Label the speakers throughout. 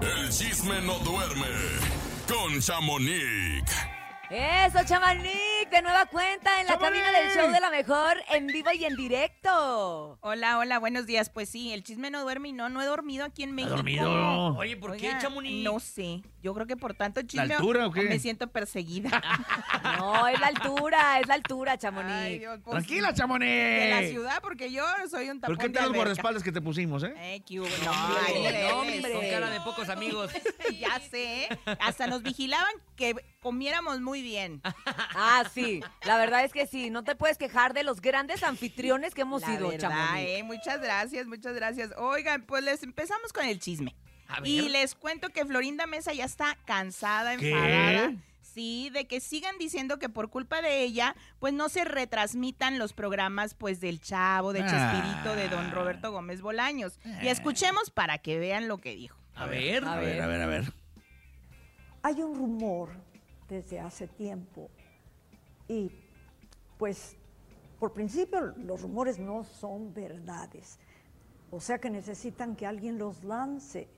Speaker 1: El chisme no duerme con Chamonix.
Speaker 2: Eso, Chamanic, de nueva cuenta en la cabina del show de la mejor, en vivo y en directo.
Speaker 3: Hola, hola, buenos días. Pues sí, el chisme no duerme y no, no he dormido aquí en México.
Speaker 4: dormido?
Speaker 5: Oye, ¿por qué,
Speaker 3: Oiga,
Speaker 5: Chamonix?
Speaker 3: No sé. Yo creo que por tanto chisme
Speaker 4: altura o qué?
Speaker 3: me siento perseguida.
Speaker 2: No, es la altura, es la altura,
Speaker 3: Ay,
Speaker 2: Chamonic.
Speaker 3: Dios, pues,
Speaker 4: Tranquila,
Speaker 3: De la
Speaker 4: chamoné.
Speaker 3: ciudad, porque yo soy un
Speaker 4: ¿Pero
Speaker 3: tapón
Speaker 4: qué tal
Speaker 3: de
Speaker 4: los
Speaker 3: alberca.
Speaker 4: guardaespaldas que te pusimos, eh?
Speaker 3: Eh, qué hubo.
Speaker 2: Ay,
Speaker 3: No,
Speaker 2: hombre,
Speaker 3: hombre.
Speaker 2: hombre.
Speaker 5: Con cara de pocos amigos.
Speaker 3: Ya sé, hasta nos vigilaban que comiéramos muy bien.
Speaker 2: Ah, sí, la verdad es que sí, no te puedes quejar de los grandes anfitriones que hemos
Speaker 3: La
Speaker 2: sido,
Speaker 3: verdad,
Speaker 2: Chamonic.
Speaker 3: eh, muchas gracias, muchas gracias. Oigan, pues les empezamos con el chisme.
Speaker 5: A ver.
Speaker 3: Y les cuento que Florinda Mesa ya está cansada,
Speaker 4: ¿Qué?
Speaker 3: enfadada. Sí, de que sigan diciendo que por culpa de ella, pues no se retransmitan los programas pues del Chavo,
Speaker 5: Ah.
Speaker 3: de Chespirito, de Don Roberto Gómez Bolaños.
Speaker 5: Eh.
Speaker 3: Y escuchemos para que vean lo que dijo.
Speaker 5: A ver.
Speaker 2: A ver, a ver.
Speaker 4: a ver.
Speaker 6: Hay un rumor desde hace tiempo y pues por principio los rumores no son verdades, o sea que necesitan que alguien los lance.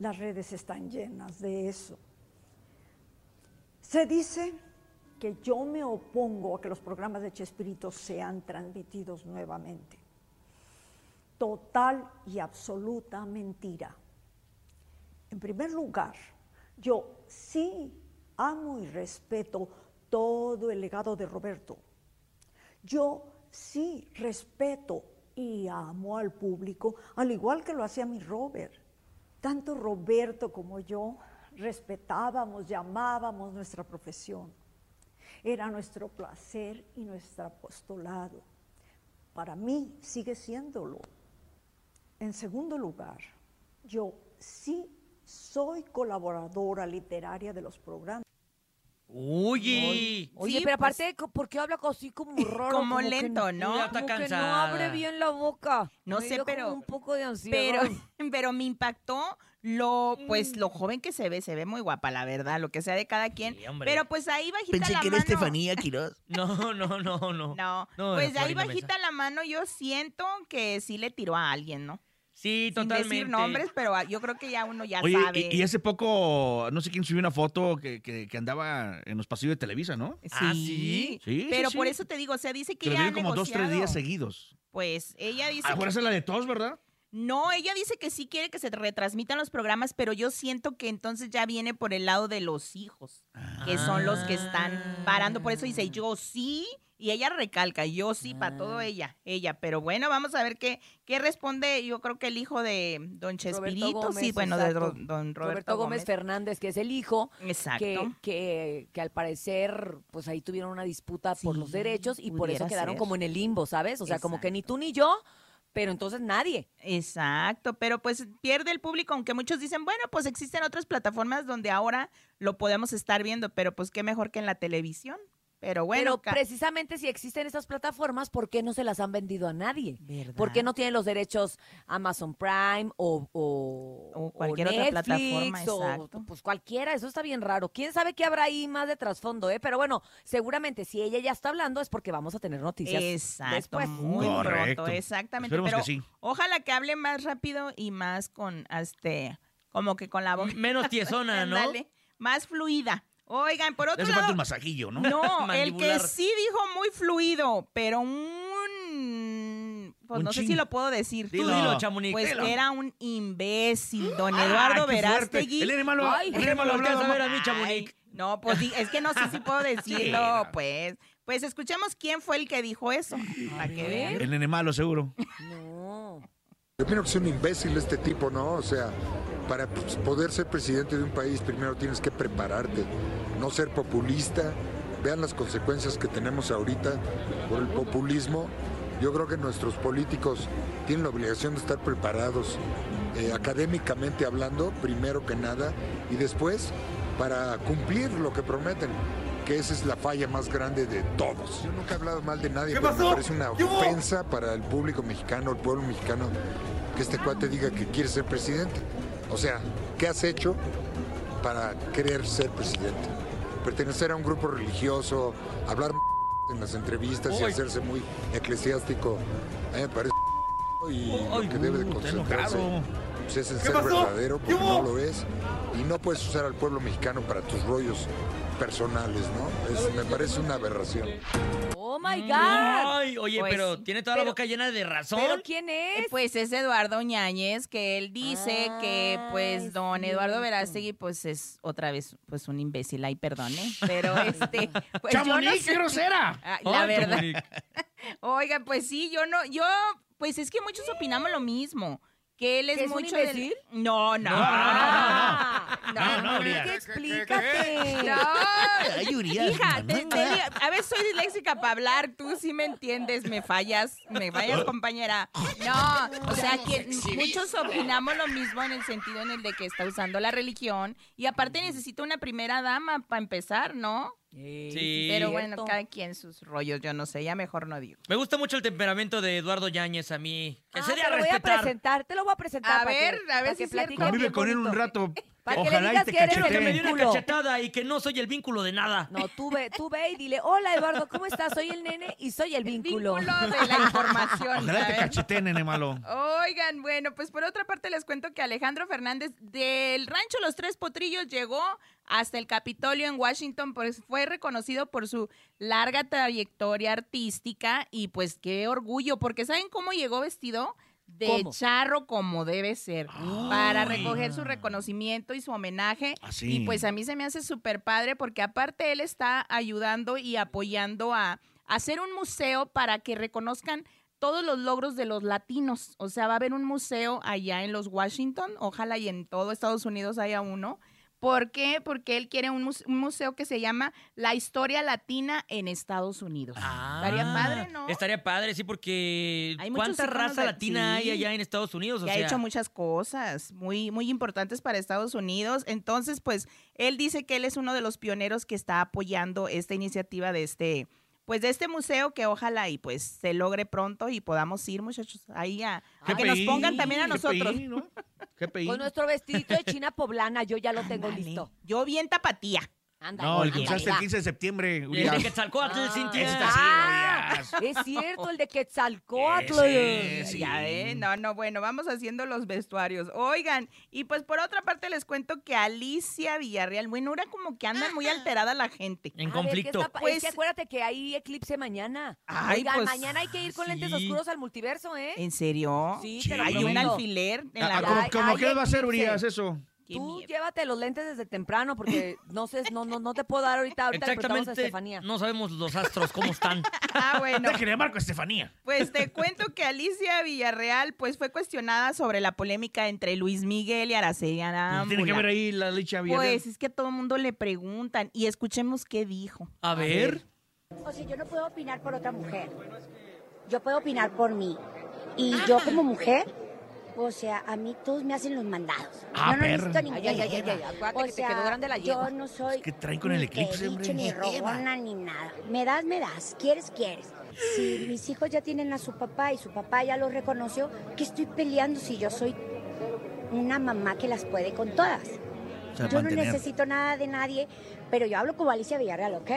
Speaker 6: Las redes están llenas de eso. Se dice que yo me opongo a que los programas de Chespirito sean transmitidos nuevamente. Total y absoluta mentira. En primer lugar, yo sí amo y respeto todo el legado de Roberto. Yo sí respeto y amo al público, al igual que lo hacía mi Robert. Tanto Roberto como yo respetábamos y amábamos nuestra profesión. Era nuestro placer y nuestro apostolado. Para mí sigue siéndolo. En segundo lugar, yo sí soy colaboradora literaria de los programas.
Speaker 5: Uy.
Speaker 2: Oye, pero
Speaker 3: Sí, pues-
Speaker 2: aparte, co- ¿por qué habla así como raro?
Speaker 3: Como
Speaker 2: que
Speaker 3: lento, ¿no?
Speaker 2: como
Speaker 3: Ya
Speaker 5: está
Speaker 2: que no
Speaker 5: cansada.
Speaker 2: abre bien la boca.
Speaker 3: No
Speaker 2: Me
Speaker 3: sé,
Speaker 2: dio como
Speaker 3: pero-
Speaker 2: un poco de ansiedad.
Speaker 3: pero, pero me impactó lo, pues, lo joven que se ve, se ve muy guapa, la verdad, lo que sea de cada quien.
Speaker 5: Sí, hombre.
Speaker 3: pero pues ahí bajita la mano.
Speaker 4: Quiroz.
Speaker 5: No, no, no, no.
Speaker 3: No,
Speaker 5: No,
Speaker 3: pues
Speaker 5: era
Speaker 3: ahí
Speaker 5: Florinda
Speaker 3: bajita la mano yo siento que sí le tiró a alguien, ¿no?
Speaker 5: Sí,
Speaker 3: Sin
Speaker 5: totalmente.
Speaker 3: decir nombres, pero a- yo creo que ya uno ya
Speaker 4: Oye,
Speaker 3: sabe.
Speaker 4: y, y hace poco, no sé quién subió una foto que, que- que andaba en los pasillos de Televisa, ¿no?
Speaker 3: Sí,
Speaker 5: Ah, ¿sí?
Speaker 4: Sí,
Speaker 3: pero
Speaker 4: sí,
Speaker 3: por
Speaker 4: sí.
Speaker 3: eso te digo, o sea, dice que
Speaker 4: Que lo
Speaker 3: ya
Speaker 4: dieron
Speaker 3: han
Speaker 4: como dos, tres días
Speaker 3: negociado.
Speaker 4: seguidos. Ah,
Speaker 3: Pues ella dice
Speaker 4: Ahora
Speaker 3: que-
Speaker 4: es la de todos, ¿verdad?
Speaker 3: no, ella dice que sí quiere que se retransmitan los programas, pero yo siento que entonces ya viene por el lado de los hijos, que son los que están parando, por eso
Speaker 2: Ah.
Speaker 3: dice yo sí y ella recalca, yo sí para todo ella, ella, pero bueno, vamos a ver qué qué responde, yo creo que el hijo de Don Chespirito, sí,
Speaker 2: Gómez,
Speaker 3: bueno, de
Speaker 2: exacto.
Speaker 3: Ro- Don Roberto,
Speaker 2: Roberto, Gómez Fernández, que es el hijo,
Speaker 3: Exacto.
Speaker 2: que, que, que al parecer, pues ahí tuvieron una disputa por los
Speaker 3: Sí,
Speaker 2: derechos y por eso
Speaker 3: pudiera
Speaker 2: quedaron
Speaker 3: ser.
Speaker 2: como en el limbo, ¿sabes? O sea, como que ni
Speaker 3: Exacto.
Speaker 2: tú ni yo, pero entonces nadie.
Speaker 3: Exacto, pero pues pierde el público, aunque muchos dicen, bueno, pues existen otras plataformas donde ahora lo podemos estar viendo, pero pues qué mejor que en la televisión. Pero bueno, ca-
Speaker 2: pero precisamente si existen estas plataformas, ¿por qué no se las han vendido a nadie?
Speaker 3: ¿Verdad?
Speaker 2: ¿Por qué no tienen los derechos Amazon Prime o, o,
Speaker 3: O cualquier otra plataforma, exacto.
Speaker 2: O, pues cualquiera, eso está bien raro. ¿Quién sabe qué habrá ahí más de trasfondo? Eh? Pero bueno, seguramente si ella ya está hablando es porque vamos a tener noticias.
Speaker 3: Exacto,
Speaker 2: después.
Speaker 3: muy
Speaker 4: Correcto.
Speaker 3: pronto, exactamente.
Speaker 4: Esperemos
Speaker 3: pero
Speaker 4: que sí.
Speaker 3: ojalá que hable más rápido y más con, este, como que con la voz.
Speaker 5: Menos tiesona, ¿no?
Speaker 3: Ándale, más fluida. Oigan, por
Speaker 4: Le
Speaker 3: otro
Speaker 4: hace falta
Speaker 3: lado,
Speaker 4: un masajillo, ¿no?
Speaker 3: No, el que
Speaker 5: Mandibular.
Speaker 3: sí dijo muy fluido, pero un... Pues
Speaker 4: Un
Speaker 3: no sé
Speaker 4: chin.
Speaker 3: si lo puedo decir.
Speaker 4: Dilo,
Speaker 5: Chamonix,
Speaker 3: Pues
Speaker 4: dilo.
Speaker 3: era un imbécil, don
Speaker 4: Ay,
Speaker 3: Eduardo
Speaker 4: qué fuerte.
Speaker 3: Verástegui.
Speaker 4: El enemigo lo-
Speaker 2: Ay,
Speaker 4: el enemigo lo
Speaker 5: ¿por qué
Speaker 4: hablaba,
Speaker 5: vas a ver
Speaker 4: ¿no?
Speaker 5: a mí, Chamonix?
Speaker 3: Ay, No, pues di- es que no sé si puedo decirlo,
Speaker 4: no.
Speaker 3: pues. Pues escuchemos quién fue el que dijo eso. Para que vean.
Speaker 4: El nene malo, seguro.
Speaker 2: No.
Speaker 7: Yo opino que es un imbécil este tipo, ¿no? O sea, para pues, poder ser presidente de un país primero tienes que prepararte, no ser populista. Vean las consecuencias que tenemos ahorita por el populismo. Yo creo que nuestros políticos tienen la obligación de estar preparados eh, académicamente hablando, primero que nada, y después para cumplir lo que prometen, que esa es la falla más grande de todos. Yo nunca he hablado mal de nadie, pero me parece una ofensa para el público mexicano, el pueblo mexicano, que este cuate diga que quiere ser presidente. O sea, ¿qué has hecho para querer ser presidente? Pertenecer a un grupo religioso, hablar en las entrevistas y
Speaker 5: Uy.
Speaker 7: hacerse muy eclesiástico, a mí me parece y lo
Speaker 4: Ay,
Speaker 7: que debe de
Speaker 4: uh, está
Speaker 7: concentrarse
Speaker 4: enojado.
Speaker 7: pues es en
Speaker 8: ¿Qué
Speaker 7: ser
Speaker 8: pasó?
Speaker 7: verdadero,
Speaker 8: ¿Qué
Speaker 7: porque
Speaker 8: hubo?
Speaker 7: no lo es. Y no puedes usar al pueblo mexicano para tus rollos personales, ¿no? Es- me parece una aberración.
Speaker 2: Oh my
Speaker 3: Mm.
Speaker 2: God.
Speaker 5: Ay, oye,
Speaker 3: Pues
Speaker 5: pero
Speaker 3: sí.
Speaker 5: tiene toda la
Speaker 2: Pero-
Speaker 5: boca llena de razón.
Speaker 2: ¿Pero quién
Speaker 3: Eh,
Speaker 2: es?
Speaker 3: Pues es Eduardo Ñañez, que él dice que
Speaker 2: Ah, es
Speaker 3: pues don Eduardo
Speaker 2: cierto.
Speaker 3: Verástegui pues es otra vez pues un imbécil, ay perdone, pero este... Pues, yo no
Speaker 8: ¡Chamonix,
Speaker 3: sé.
Speaker 8: qué grosera!
Speaker 3: Ah,
Speaker 5: Ay,
Speaker 3: la verdad.
Speaker 5: Dominique.
Speaker 3: Oiga, pues sí, yo no, yo, pues es que muchos opinamos lo mismo. Que él es,
Speaker 2: ¿Que es un
Speaker 3: mucho del-
Speaker 2: imbécil?
Speaker 3: No, no.
Speaker 2: Ah,
Speaker 3: no,
Speaker 8: no,
Speaker 2: no,
Speaker 8: no,
Speaker 2: es que
Speaker 8: Urias.
Speaker 2: explícate.
Speaker 3: No.
Speaker 4: Ay, Urias,
Speaker 3: Hija,
Speaker 4: no,
Speaker 3: te-
Speaker 4: no,
Speaker 3: te
Speaker 4: no.
Speaker 3: digo, a veces soy disléxica para hablar, tú sí me entiendes, me fallas, me fallas, compañera. No, o sea, que muchos opinamos lo mismo en el sentido en el de que está usando la religión y aparte necesita una primera dama para empezar, ¿no?
Speaker 5: Sí.
Speaker 3: Pero bueno,
Speaker 2: Cierto.
Speaker 3: cada quien sus rollos, yo no sé, ya mejor no digo.
Speaker 5: Me gusta mucho el temperamento de Eduardo Yáñez a mí. Que
Speaker 2: Ah,
Speaker 5: se dé
Speaker 2: te
Speaker 5: a
Speaker 2: lo voy a
Speaker 5: respetar.
Speaker 2: presentar, te lo voy a presentar.
Speaker 3: A
Speaker 2: para
Speaker 3: ver,
Speaker 2: que-
Speaker 3: a ver
Speaker 2: para
Speaker 3: si
Speaker 2: que
Speaker 3: es cierto.
Speaker 2: platiquen
Speaker 4: Convive
Speaker 2: bien
Speaker 4: con él un
Speaker 2: bonito.
Speaker 4: rato.
Speaker 2: Para que le
Speaker 4: Ojalá
Speaker 2: digas
Speaker 4: y te
Speaker 2: que eres
Speaker 5: Quiero que me dé
Speaker 4: cachetee.
Speaker 5: una
Speaker 2: Culo.
Speaker 5: cachetada y que no soy el vínculo de nada.
Speaker 2: No, tú ve, tú ve y dile, hola Eduardo, ¿cómo estás? Soy el nene y soy el vínculo.
Speaker 3: de la información.
Speaker 4: Ojalá y te
Speaker 3: ¿sabes?
Speaker 4: cacheteen, nene malo.
Speaker 3: Oigan, bueno, pues por otra parte les cuento que Alejandro Fernández del rancho Los Tres Potrillos llegó hasta el Capitolio en Washington, pues fue reconocido por su larga trayectoria artística y pues qué orgullo, porque ¿saben cómo llegó vestido? De
Speaker 2: ¿Cómo?
Speaker 3: charro como debe ser, para recoger su reconocimiento y su homenaje.
Speaker 4: Así.
Speaker 3: Y pues a mí se me hace súper padre porque aparte él está ayudando y apoyando a hacer un museo para que reconozcan todos los logros de los latinos. O sea, va a haber un museo allá en los Washington, ojalá y en todo Estados Unidos haya uno. ¿Por qué? Porque él quiere un, mus- un museo que se llama La Historia Latina en Estados Unidos.
Speaker 5: Ah,
Speaker 3: Estaría padre, ¿no?
Speaker 5: Estaría padre, sí, porque
Speaker 3: Hay muchos
Speaker 5: ¿cuánta
Speaker 3: íconos
Speaker 5: raza
Speaker 3: de-
Speaker 5: latina
Speaker 3: sí.
Speaker 5: hay allá en Estados Unidos? O
Speaker 3: que ha
Speaker 5: sea,
Speaker 3: hecho muchas cosas muy, muy importantes para Estados Unidos. Entonces, pues, él dice que él es uno de los pioneros que está apoyando esta iniciativa de este, pues, de este museo que ojalá y pues se logre pronto y podamos ir, muchachos, ahí a, a que nos
Speaker 4: GPI,
Speaker 3: pongan también a
Speaker 4: GPI,
Speaker 3: nosotros.
Speaker 4: ¿no? GPI.
Speaker 2: Con nuestro vestidito de china poblana, yo ya lo tengo
Speaker 3: Ándale.
Speaker 2: listo.
Speaker 3: Yo bien tapatía.
Speaker 2: Anda,
Speaker 4: No, el que
Speaker 2: ándale,
Speaker 4: usaste el
Speaker 2: va.
Speaker 4: 15 de septiembre,
Speaker 5: el de
Speaker 4: Urias.
Speaker 5: Quetzalcóatl,
Speaker 2: Ah.
Speaker 5: Cintia.
Speaker 4: Esta sí,
Speaker 2: Ah.
Speaker 4: Urias.
Speaker 2: Es cierto, el de Quetzalcoatl.
Speaker 4: Ese, sí.
Speaker 3: Ya, ¿eh? No, no, bueno, vamos haciendo los vestuarios. Oigan, y pues por otra parte les cuento que Alicia Villarreal, bueno, ahora como que anda muy alterada la gente.
Speaker 5: En
Speaker 2: A ver, ¿qué
Speaker 5: conflicto.
Speaker 2: está pa- es
Speaker 3: Pues-
Speaker 2: que acuérdate que hay eclipse mañana.
Speaker 3: Ay,
Speaker 2: Oigan,
Speaker 3: pues,
Speaker 2: mañana hay que ir con lentes
Speaker 5: sí.
Speaker 2: oscuros al multiverso, ¿eh?
Speaker 3: ¿En serio?
Speaker 2: Sí,
Speaker 4: Sí,
Speaker 2: te lo
Speaker 3: Hay un
Speaker 2: prometo.
Speaker 3: alfiler en
Speaker 4: Ah,
Speaker 3: la
Speaker 2: Ay,
Speaker 4: ¿Cómo,
Speaker 2: ay,
Speaker 4: cómo
Speaker 2: ay,
Speaker 4: qué va a ser,
Speaker 2: eclipse.
Speaker 4: Urias, eso?
Speaker 3: Qué
Speaker 2: Tú
Speaker 3: miedo.
Speaker 2: llévate los lentes desde temprano porque no sé, no, no, no te puedo dar ahorita, ahorita le preguntamos a
Speaker 5: Exactamente.
Speaker 2: Estefanía.
Speaker 5: No sabemos los astros cómo están.
Speaker 3: Ah, bueno.
Speaker 4: Déjenle a Marco Estefanía.
Speaker 3: Pues te cuento que Alicia Villarreal pues fue cuestionada sobre la polémica entre Luis Miguel y Araceli
Speaker 4: Pues tiene que ver
Speaker 3: Arámbula.
Speaker 4: ahí la licha Villarreal.
Speaker 3: Ah, Pues es que a todo el mundo le preguntan y escuchemos qué dijo.
Speaker 5: A ver.
Speaker 9: O sea, yo no puedo opinar por otra mujer. Yo puedo opinar por mí. Y
Speaker 2: Ah,
Speaker 9: yo como mujer, o sea, a mí todos me hacen los mandados.
Speaker 4: Ah,
Speaker 9: yo no
Speaker 4: perra.
Speaker 9: necesito ninguna
Speaker 2: Ay, ay, ay,
Speaker 9: yegua.
Speaker 2: ay, ay, acuérdate que te quedó grande la yegua.
Speaker 9: yo no soy
Speaker 4: Es que traen con el
Speaker 9: ni
Speaker 4: eclipse,
Speaker 9: pediche,
Speaker 4: hombre.
Speaker 9: ni rogona, ni nada. Me das, me das. Quieres, quieres. Si mis hijos ya tienen a su papá y su papá ya los reconoció, ¿qué estoy peleando si yo soy una mamá que las puede con todas?
Speaker 4: O sea,
Speaker 9: Yo no
Speaker 4: mantener.
Speaker 9: necesito nada de nadie, pero yo hablo como Alicia Villarreal, ¿ok?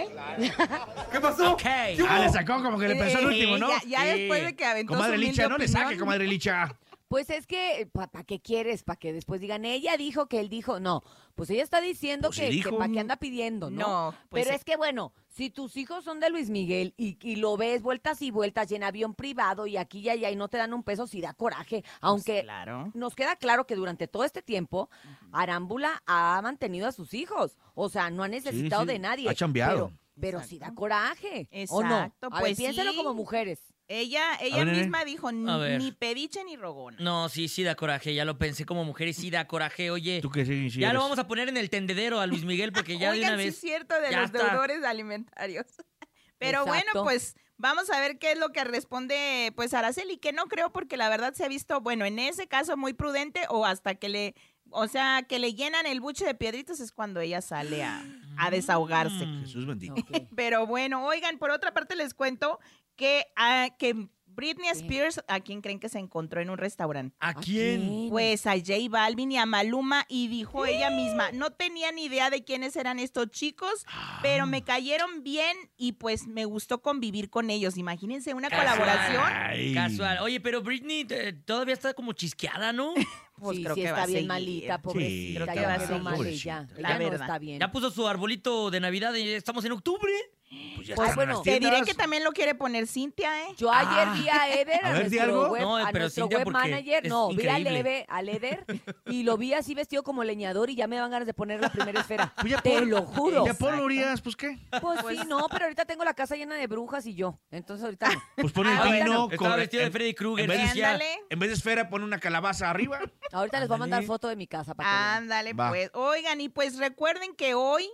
Speaker 8: ¿Qué pasó?
Speaker 5: Ok.
Speaker 8: ¿Qué hubo?
Speaker 4: Ah, le sacó como que le pensó el
Speaker 3: Eh,
Speaker 4: último, ¿no?
Speaker 3: ya- ya después de que aventó su
Speaker 4: Comadre
Speaker 3: humilde
Speaker 4: Licha, no le saque,
Speaker 3: opinión.
Speaker 4: comadre Licha.
Speaker 2: Pues es que, ¿para qué quieres? ¿Para que después digan, ella dijo que él dijo? No, pues ella está diciendo
Speaker 4: Pues
Speaker 2: que,
Speaker 4: él dijo.
Speaker 2: ¿para qué anda pidiendo? No,
Speaker 3: No, pues,
Speaker 2: pero
Speaker 3: eh.
Speaker 2: es que bueno, si tus hijos son de Luis Miguel y, y lo ves vueltas y vueltas y en avión privado y aquí y allá y no te dan un peso, sí da coraje,
Speaker 5: Pues
Speaker 2: aunque...
Speaker 3: Claro.
Speaker 2: Nos queda claro que durante todo este tiempo Arámbula ha mantenido a sus hijos, o sea, no ha necesitado
Speaker 4: sí,
Speaker 2: de nadie.
Speaker 4: ha chambeado.
Speaker 2: Pero, pero sí da
Speaker 3: Exacto.
Speaker 2: coraje. ¿o no?
Speaker 3: Exacto,
Speaker 2: A ver,
Speaker 3: pues
Speaker 2: piénselo
Speaker 3: sí.
Speaker 2: como mujeres.
Speaker 3: Ella, ella
Speaker 4: A ver,
Speaker 3: misma dijo
Speaker 5: A ver.
Speaker 3: ni pediche ni rogona.
Speaker 5: No, sí, sí da coraje. Ya lo pensé como mujer y sí da coraje. Oye,
Speaker 4: Tú que sí, sí
Speaker 5: ya lo
Speaker 4: eres.
Speaker 5: vamos a poner en el tendedero a Luis Miguel porque ya de
Speaker 3: Oigan,
Speaker 5: una
Speaker 3: sí
Speaker 5: vez.
Speaker 3: es cierto de
Speaker 5: ya
Speaker 3: los
Speaker 5: está.
Speaker 3: deudores alimentarios. Pero
Speaker 2: Exacto.
Speaker 3: bueno, pues vamos a ver qué es lo que responde pues Araceli, que no creo porque la verdad se ha visto, bueno, en ese caso muy prudente o hasta que le, o sea, que le llenan el buche de piedritas es cuando ella sale a, a desahogarse.
Speaker 5: Mm.
Speaker 4: Mm. Jesús bendito.
Speaker 2: Ok.
Speaker 3: Pero bueno, oigan, por otra parte les cuento que, ah, que Britney Spears, ¿a quién creen que se encontró en un restaurante?
Speaker 5: ¿A quién?
Speaker 3: Pues a J Balvin y a Maluma y dijo ella misma, no tenía ni idea de quiénes eran estos chicos, pero
Speaker 4: Ah.
Speaker 3: me cayeron bien y pues me gustó convivir con ellos. Imagínense una colaboración.
Speaker 4: Ay.
Speaker 5: Casual. Oye, pero Britney eh, todavía está como chisqueada, ¿no?
Speaker 3: Pues
Speaker 2: sí,
Speaker 3: creo
Speaker 2: sí
Speaker 3: que
Speaker 2: está
Speaker 3: va a
Speaker 2: bien
Speaker 3: seguir.
Speaker 2: malita, pobrecita.
Speaker 4: creo
Speaker 3: que va a
Speaker 2: ya quedó
Speaker 3: seguir.
Speaker 2: mal
Speaker 4: Pobrecita.
Speaker 2: ella.
Speaker 3: La
Speaker 2: Ya no
Speaker 3: verdad.
Speaker 2: está bien.
Speaker 5: Ya puso su arbolito de Navidad y ya estamos en octubre. Pues ya
Speaker 2: Pues
Speaker 5: están en
Speaker 2: bueno,
Speaker 5: las
Speaker 3: Te diré
Speaker 5: tiendas.
Speaker 3: que también lo quiere poner Cintia, ¿eh?
Speaker 2: Yo ayer vi a Eder,
Speaker 4: Ah. A
Speaker 2: a,
Speaker 4: ver, di
Speaker 2: nuestro,
Speaker 4: algo.
Speaker 2: Web,
Speaker 5: No,
Speaker 2: a
Speaker 5: pero
Speaker 2: nuestro
Speaker 5: Cintia,
Speaker 2: web
Speaker 5: porque
Speaker 2: manager.
Speaker 5: es
Speaker 2: No, vi al,
Speaker 5: increíble.
Speaker 2: Eve- al Eder y lo vi así vestido como leñador y ya me dan ganas de poner la primera esfera.
Speaker 4: Pues ya
Speaker 2: Te
Speaker 4: pon-
Speaker 2: lo juro.
Speaker 4: Ya ponlo, Urias, pues qué.
Speaker 2: Pues sí, no, pero ahorita tengo la casa llena de brujas y yo. Entonces ahorita no.
Speaker 4: Pues pon el
Speaker 2: Ah, ahorita
Speaker 4: pino.
Speaker 2: no.
Speaker 5: Estaba
Speaker 4: con-
Speaker 5: vestido de
Speaker 4: en-
Speaker 5: Freddy Krueger.
Speaker 4: en vez de-
Speaker 5: Cintia.
Speaker 3: Ándale.
Speaker 4: En vez de esfera, pone una calabaza arriba.
Speaker 2: Ahorita les voy a mandar
Speaker 5: Ándale.
Speaker 2: foto de mi casa para que vean.
Speaker 3: Ándale,
Speaker 4: Va.
Speaker 3: pues. Oigan, y pues recuerden que hoy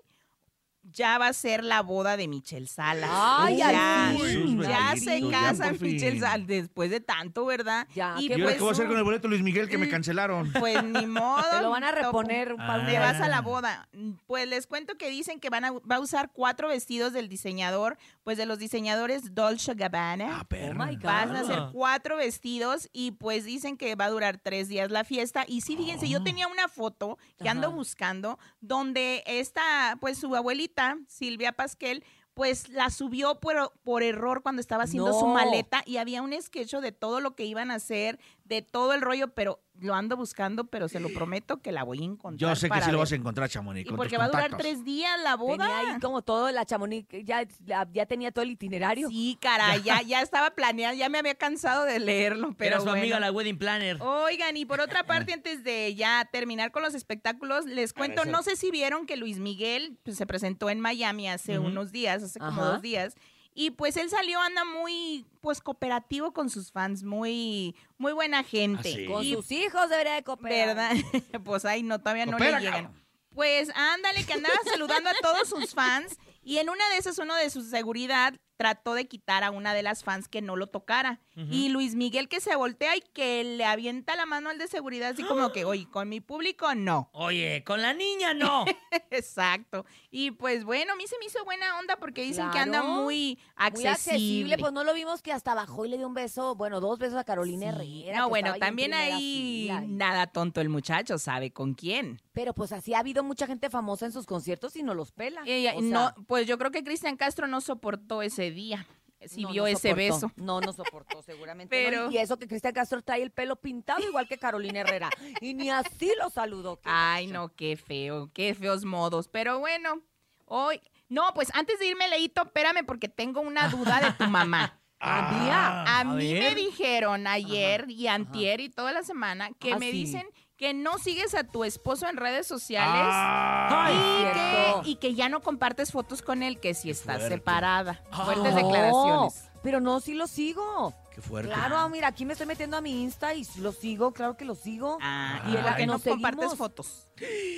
Speaker 3: ya va a ser la boda de Michelle Salas.
Speaker 2: Ay,
Speaker 3: ya.
Speaker 2: al fin.
Speaker 4: Uy,
Speaker 3: Ya
Speaker 4: Jesús
Speaker 3: se
Speaker 4: bendito, ya
Speaker 3: casa
Speaker 4: por fin.
Speaker 3: Michelle Salas después de tanto, ¿verdad?
Speaker 2: Ya,
Speaker 3: y
Speaker 2: qué
Speaker 4: ¿Y ahora
Speaker 3: pues,
Speaker 4: qué voy a hacer con el boleto Luis Miguel que me
Speaker 3: Mm.
Speaker 4: cancelaron?
Speaker 3: pues ni modo.
Speaker 2: Te lo van a
Speaker 3: topo.
Speaker 2: reponer para un
Speaker 3: pues, Te
Speaker 4: Ah.
Speaker 3: vas a la boda. Pues les cuento que dicen que van a, va a usar cuatro vestidos del diseñador, pues de los diseñadores Dolce Gabbana.
Speaker 4: Ah, perra.
Speaker 2: Oh my God.
Speaker 3: Van a hacer
Speaker 5: Ah.
Speaker 3: cuatro vestidos y pues dicen que va a durar tres días la fiesta. Y sí, fíjense,
Speaker 4: Ah.
Speaker 3: yo tenía una foto que ando
Speaker 2: Ajá.
Speaker 3: buscando donde esta, pues su abuelita, Silvia Pasquel, pues la subió por, por error cuando estaba haciendo su
Speaker 2: No.
Speaker 3: maleta y había un sketch de todo lo que iban a hacer, de todo el rollo, pero lo ando buscando, pero se lo prometo que la voy a encontrar.
Speaker 4: Yo sé que
Speaker 3: para
Speaker 4: sí lo
Speaker 3: ver.
Speaker 4: vas a encontrar, Chamonix.
Speaker 3: Y
Speaker 4: con
Speaker 3: porque
Speaker 4: tus
Speaker 3: va a durar
Speaker 4: contactos.
Speaker 3: tres días la boda.
Speaker 2: Tenía ahí como todo la chamonix, ya, la- ya tenía todo el itinerario.
Speaker 3: Sí, caray, ya, ya estaba planeado, ya me había cansado de leerlo, pero
Speaker 5: Era su
Speaker 3: bueno. Oh.
Speaker 5: amiga la wedding planner.
Speaker 3: Oigan, y por otra parte, antes de ya terminar con los espectáculos, les cuento, no sé si vieron que Luis Miguel pues, se presentó en Miami hace
Speaker 5: Ujú.
Speaker 3: unos días, hace como
Speaker 2: Ajá.
Speaker 3: dos días, y pues él salió, anda muy, pues, cooperativo con sus fans, muy, muy buena gente.
Speaker 4: sí.
Speaker 2: Con
Speaker 3: Y,
Speaker 2: sus hijos debería de cooperar.
Speaker 3: ¿Verdad? pues ahí no, todavía no
Speaker 4: Coopera,
Speaker 3: le llegan.
Speaker 4: cabrón.
Speaker 3: Pues ándale, que andaba saludando a todos sus fans y en una de esas uno de su seguridad trató de quitar a una de las fans que no lo tocara. Y Luis Miguel que se voltea y que le avienta la mano al de seguridad así como que, oye, con mi público no.
Speaker 5: Oye, con la niña no.
Speaker 3: Exacto. Y pues bueno, a mí se me hizo buena onda porque dicen que anda
Speaker 2: Claro.
Speaker 3: muy
Speaker 2: Muy
Speaker 3: accesible.
Speaker 2: accesible, pues no lo vimos que hasta bajó y le dio un beso, bueno, dos besos a Carolina
Speaker 3: Sí.
Speaker 2: Herrera.
Speaker 3: No,
Speaker 2: que estaba
Speaker 3: bueno,
Speaker 2: ahí en
Speaker 3: también
Speaker 2: primera
Speaker 3: ahí
Speaker 2: fila, y-
Speaker 3: nada tonto el muchacho, sabe con quién.
Speaker 2: Pero pues así ha habido mucha gente famosa en sus conciertos y no los pela.
Speaker 3: Ella-
Speaker 2: O sea,
Speaker 3: no, pues yo creo que Cristian Castro no soportó ese día, si
Speaker 2: no, no
Speaker 3: vio ese
Speaker 2: soportó.
Speaker 3: beso.
Speaker 2: No, no soportó, seguramente.
Speaker 3: Pero-
Speaker 2: no. Y eso que Cristian Castro trae el pelo pintado igual que Carolina Herrera. Y ni así lo saludó. qué
Speaker 3: Ay,
Speaker 2: gacho.
Speaker 3: no, qué feo, qué feos modos. Pero bueno, hoy. No, pues antes de irme, Leito, espérame porque tengo una duda de tu mamá.
Speaker 5: Ah,
Speaker 3: a mí me
Speaker 5: ver.
Speaker 3: dijeron ayer y antier y toda la semana que
Speaker 2: Ah, sí.
Speaker 3: me dicen que no sigues a tu esposo en redes sociales
Speaker 4: Ah,
Speaker 3: y,
Speaker 2: es
Speaker 3: que,
Speaker 2: cierto.
Speaker 3: y que ya no compartes fotos con él, que si estás
Speaker 4: fuerte.
Speaker 3: separada. Fuertes
Speaker 2: No,
Speaker 3: declaraciones.
Speaker 2: Pero no, sí lo sigo.
Speaker 4: qué fuerte.
Speaker 2: Claro, ah, mira, aquí me estoy metiendo a mi Insta y lo sigo, claro que lo sigo.
Speaker 3: Ah,
Speaker 2: y en la
Speaker 3: ¿por
Speaker 2: que
Speaker 3: qué no
Speaker 2: nos seguimos.
Speaker 3: compartes fotos.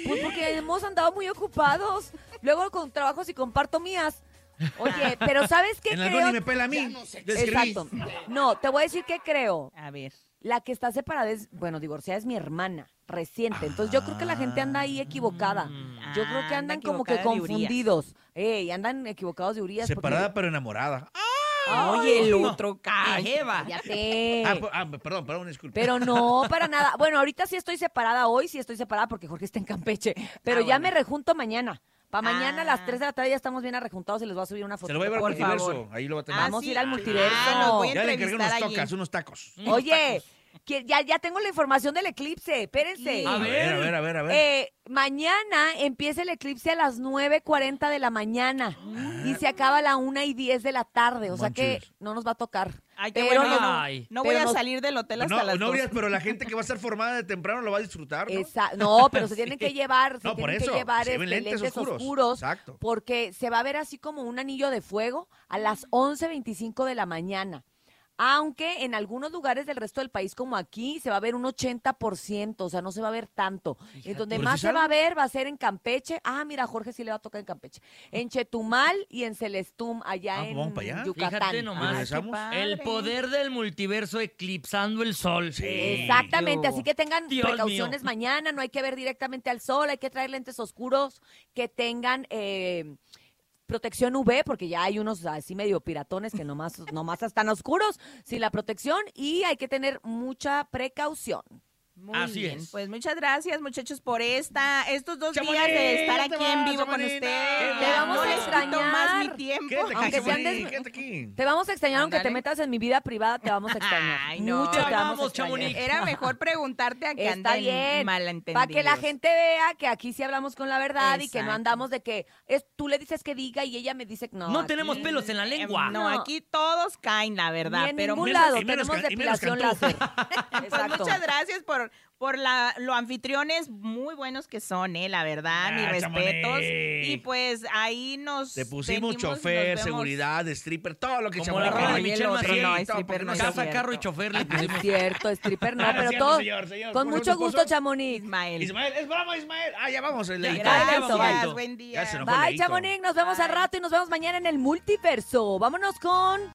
Speaker 2: Pues porque hemos andado muy ocupados. Luego con trabajos y comparto mías. Oye, pero ¿sabes qué
Speaker 4: En algo
Speaker 2: creo?
Speaker 4: ni me pela a mí. Le escribí.
Speaker 2: Exacto. No, te voy a decir qué creo.
Speaker 3: A ver.
Speaker 2: La que está separada es, bueno, divorciada es mi hermana, reciente. Entonces yo creo que la gente anda ahí equivocada. Yo creo que
Speaker 3: Ah, anda
Speaker 2: andan como que
Speaker 3: equivocada de Urias.
Speaker 2: confundidos. Ey, andan equivocados de Urias. porque-
Speaker 4: Separada pero enamorada. Ah,
Speaker 3: Oye, el otro
Speaker 5: Eva.
Speaker 2: Cállate.
Speaker 4: ah,
Speaker 3: pues.
Speaker 4: po- ah, perdón, perdón, disculpe.
Speaker 2: Eh. Pero no, para nada. Bueno, ahorita sí estoy separada hoy, sí estoy separada porque Jorge está en Campeche. Pero
Speaker 3: Ah,
Speaker 2: ya
Speaker 3: bueno.
Speaker 2: me rejunto mañana. Para mañana a las
Speaker 3: Ah.
Speaker 2: 3 de la tarde ya estamos bien arrejuntados y les voy a subir una foto.
Speaker 4: Se lo voy a llevar al
Speaker 3: Por
Speaker 4: multiverso.
Speaker 3: favor.
Speaker 4: Ahí lo va a tener.
Speaker 3: Ah,
Speaker 2: Vamos a
Speaker 3: sí.
Speaker 2: ir al multiverso.
Speaker 3: Ah, nos voy a
Speaker 4: ya le encargué unos
Speaker 3: entrevistar allí.
Speaker 4: tacos, unos tacos.
Speaker 2: Mm. Oye,
Speaker 3: Mm.
Speaker 2: que- ya, ya tengo la información del eclipse, espérense.
Speaker 5: A
Speaker 4: A ver, a ver, a ver, a ver.
Speaker 2: Eh, mañana empieza el eclipse a las 9.40 de la mañana y se acaba a la 1 y 10 de la tarde, o sea que
Speaker 4: Ah. Manches.
Speaker 2: no nos va a tocar.
Speaker 3: Ay, qué
Speaker 2: Pero
Speaker 3: bueno.
Speaker 5: no-
Speaker 3: Ay, no
Speaker 2: pero
Speaker 3: voy a
Speaker 2: no-
Speaker 3: salir del hotel hasta
Speaker 4: Pues no,
Speaker 3: las
Speaker 4: no,
Speaker 3: 12.
Speaker 4: Urias, pero la gente que va a estar formada de temprano lo va a disfrutar, ¿no?
Speaker 2: Esa- no, pero se tienen que llevar, se
Speaker 4: No, por
Speaker 2: tienen
Speaker 4: eso,
Speaker 2: que llevar
Speaker 4: se
Speaker 2: este,
Speaker 4: lleven lentes oscuros. Exacto.
Speaker 2: porque se va a ver así como un anillo de fuego a las 11.25 de la mañana. Aunque en algunos lugares del resto del país, como aquí, se va a ver un 80%, o sea, no se va a ver tanto. En donde
Speaker 4: Pero
Speaker 2: más
Speaker 4: si
Speaker 2: se va a ver va a ser en Campeche. Ah, mira, Jorge sí le va a tocar en Campeche. En Chetumal y en Celestum, allá
Speaker 4: Ah,
Speaker 2: en
Speaker 4: vamos para allá.
Speaker 2: Yucatán.
Speaker 5: Fíjate
Speaker 4: ¿Y
Speaker 5: nomás.
Speaker 4: regresamos?
Speaker 3: padre.
Speaker 5: El poder del multiverso eclipsando el sol.
Speaker 2: Exactamente, así que tengan
Speaker 5: Dios
Speaker 2: precauciones
Speaker 5: mío.
Speaker 2: mañana, no hay que ver directamente al sol, hay que traer lentes oscuros, que tengan eh, protección UV, porque ya hay unos así medio piratones que nomás, nomás están oscuros sin la protección y hay que tener mucha precaución.
Speaker 3: Muy
Speaker 5: Así
Speaker 3: bien.
Speaker 5: es.
Speaker 3: Pues muchas gracias, muchachos, por esta, estos dos
Speaker 4: Chamonix,
Speaker 3: días de estar
Speaker 4: te
Speaker 3: aquí
Speaker 4: vas,
Speaker 3: en vivo con
Speaker 4: Chamonix,
Speaker 3: ustedes.
Speaker 4: no.
Speaker 2: Te vamos
Speaker 3: no
Speaker 2: a
Speaker 3: les quito más mi
Speaker 2: extrañar.
Speaker 3: tiempo.
Speaker 4: Quédate aquí,
Speaker 2: Aunque sean
Speaker 4: Chamonix,
Speaker 2: des-
Speaker 4: quédate aquí.
Speaker 2: Te vamos a extrañar aunque te
Speaker 3: Ándale.
Speaker 2: metas en mi vida privada, te vamos a extrañar.
Speaker 3: Ay, no.
Speaker 2: Mucho te
Speaker 3: Te
Speaker 2: vamos a
Speaker 5: amamos,
Speaker 2: extrañar.
Speaker 5: Chamonix.
Speaker 3: Era mejor preguntarte a que
Speaker 2: Está bien.
Speaker 3: anden
Speaker 2: Para
Speaker 3: malentendidos.
Speaker 2: que la gente vea que aquí sí hablamos con la verdad y que no
Speaker 3: Exacto.
Speaker 2: andamos de que es, tú le dices que diga y ella me dice que no.
Speaker 5: No
Speaker 2: aquí-
Speaker 5: tenemos pelos en la
Speaker 3: Em,
Speaker 5: lengua.
Speaker 3: No, aquí todos caen, la
Speaker 2: Ni
Speaker 3: verdad.
Speaker 2: en
Speaker 3: pero
Speaker 2: ningún
Speaker 3: muchas-
Speaker 2: lado
Speaker 4: y menos
Speaker 2: tenemos
Speaker 4: can- y menos
Speaker 2: depilación
Speaker 4: cantú.
Speaker 2: láser.
Speaker 3: Pues
Speaker 2: Exacto.
Speaker 3: muchas gracias por, por la, lo anfitriones muy buenos que son, eh, la verdad,
Speaker 4: Ah,
Speaker 3: mis
Speaker 4: Chamonix.
Speaker 3: respetos. Y pues ahí nos.
Speaker 4: Te pusimos
Speaker 3: seguimos,
Speaker 4: chofer,
Speaker 3: nos vemos.
Speaker 4: seguridad, stripper, todo lo que
Speaker 5: Como la
Speaker 4: Chamonix.
Speaker 5: rola de
Speaker 4: Ay,
Speaker 5: Michelle
Speaker 4: el otro
Speaker 5: Maciel,
Speaker 4: no,
Speaker 5: no,
Speaker 4: es
Speaker 3: stripper,
Speaker 4: porque no
Speaker 3: no
Speaker 4: se-
Speaker 3: es
Speaker 5: Casa,
Speaker 3: cierto.
Speaker 5: carro y chofer
Speaker 2: No
Speaker 5: le
Speaker 2: Ah, es
Speaker 5: pusimos.
Speaker 2: cierto, stripper no,
Speaker 4: Ah, no es
Speaker 2: pero
Speaker 4: cierto,
Speaker 2: todo.
Speaker 4: señor, señor,
Speaker 2: con
Speaker 4: ¿cómo no
Speaker 2: mucho
Speaker 4: te
Speaker 2: gusto,
Speaker 4: puso?
Speaker 2: Chamonix.
Speaker 3: Ismael.
Speaker 4: Ismael, es broma, Ismael. Ah, ya vamos. el-
Speaker 5: Ya,
Speaker 2: gracias,
Speaker 5: Osvaldo.
Speaker 3: buen día.
Speaker 4: Ya se enojó.
Speaker 2: Bye,
Speaker 4: Leito.
Speaker 2: Chamonix. Nos vemos al
Speaker 3: Bye.
Speaker 2: rato y nos vemos mañana en el multiverso. Vámonos con.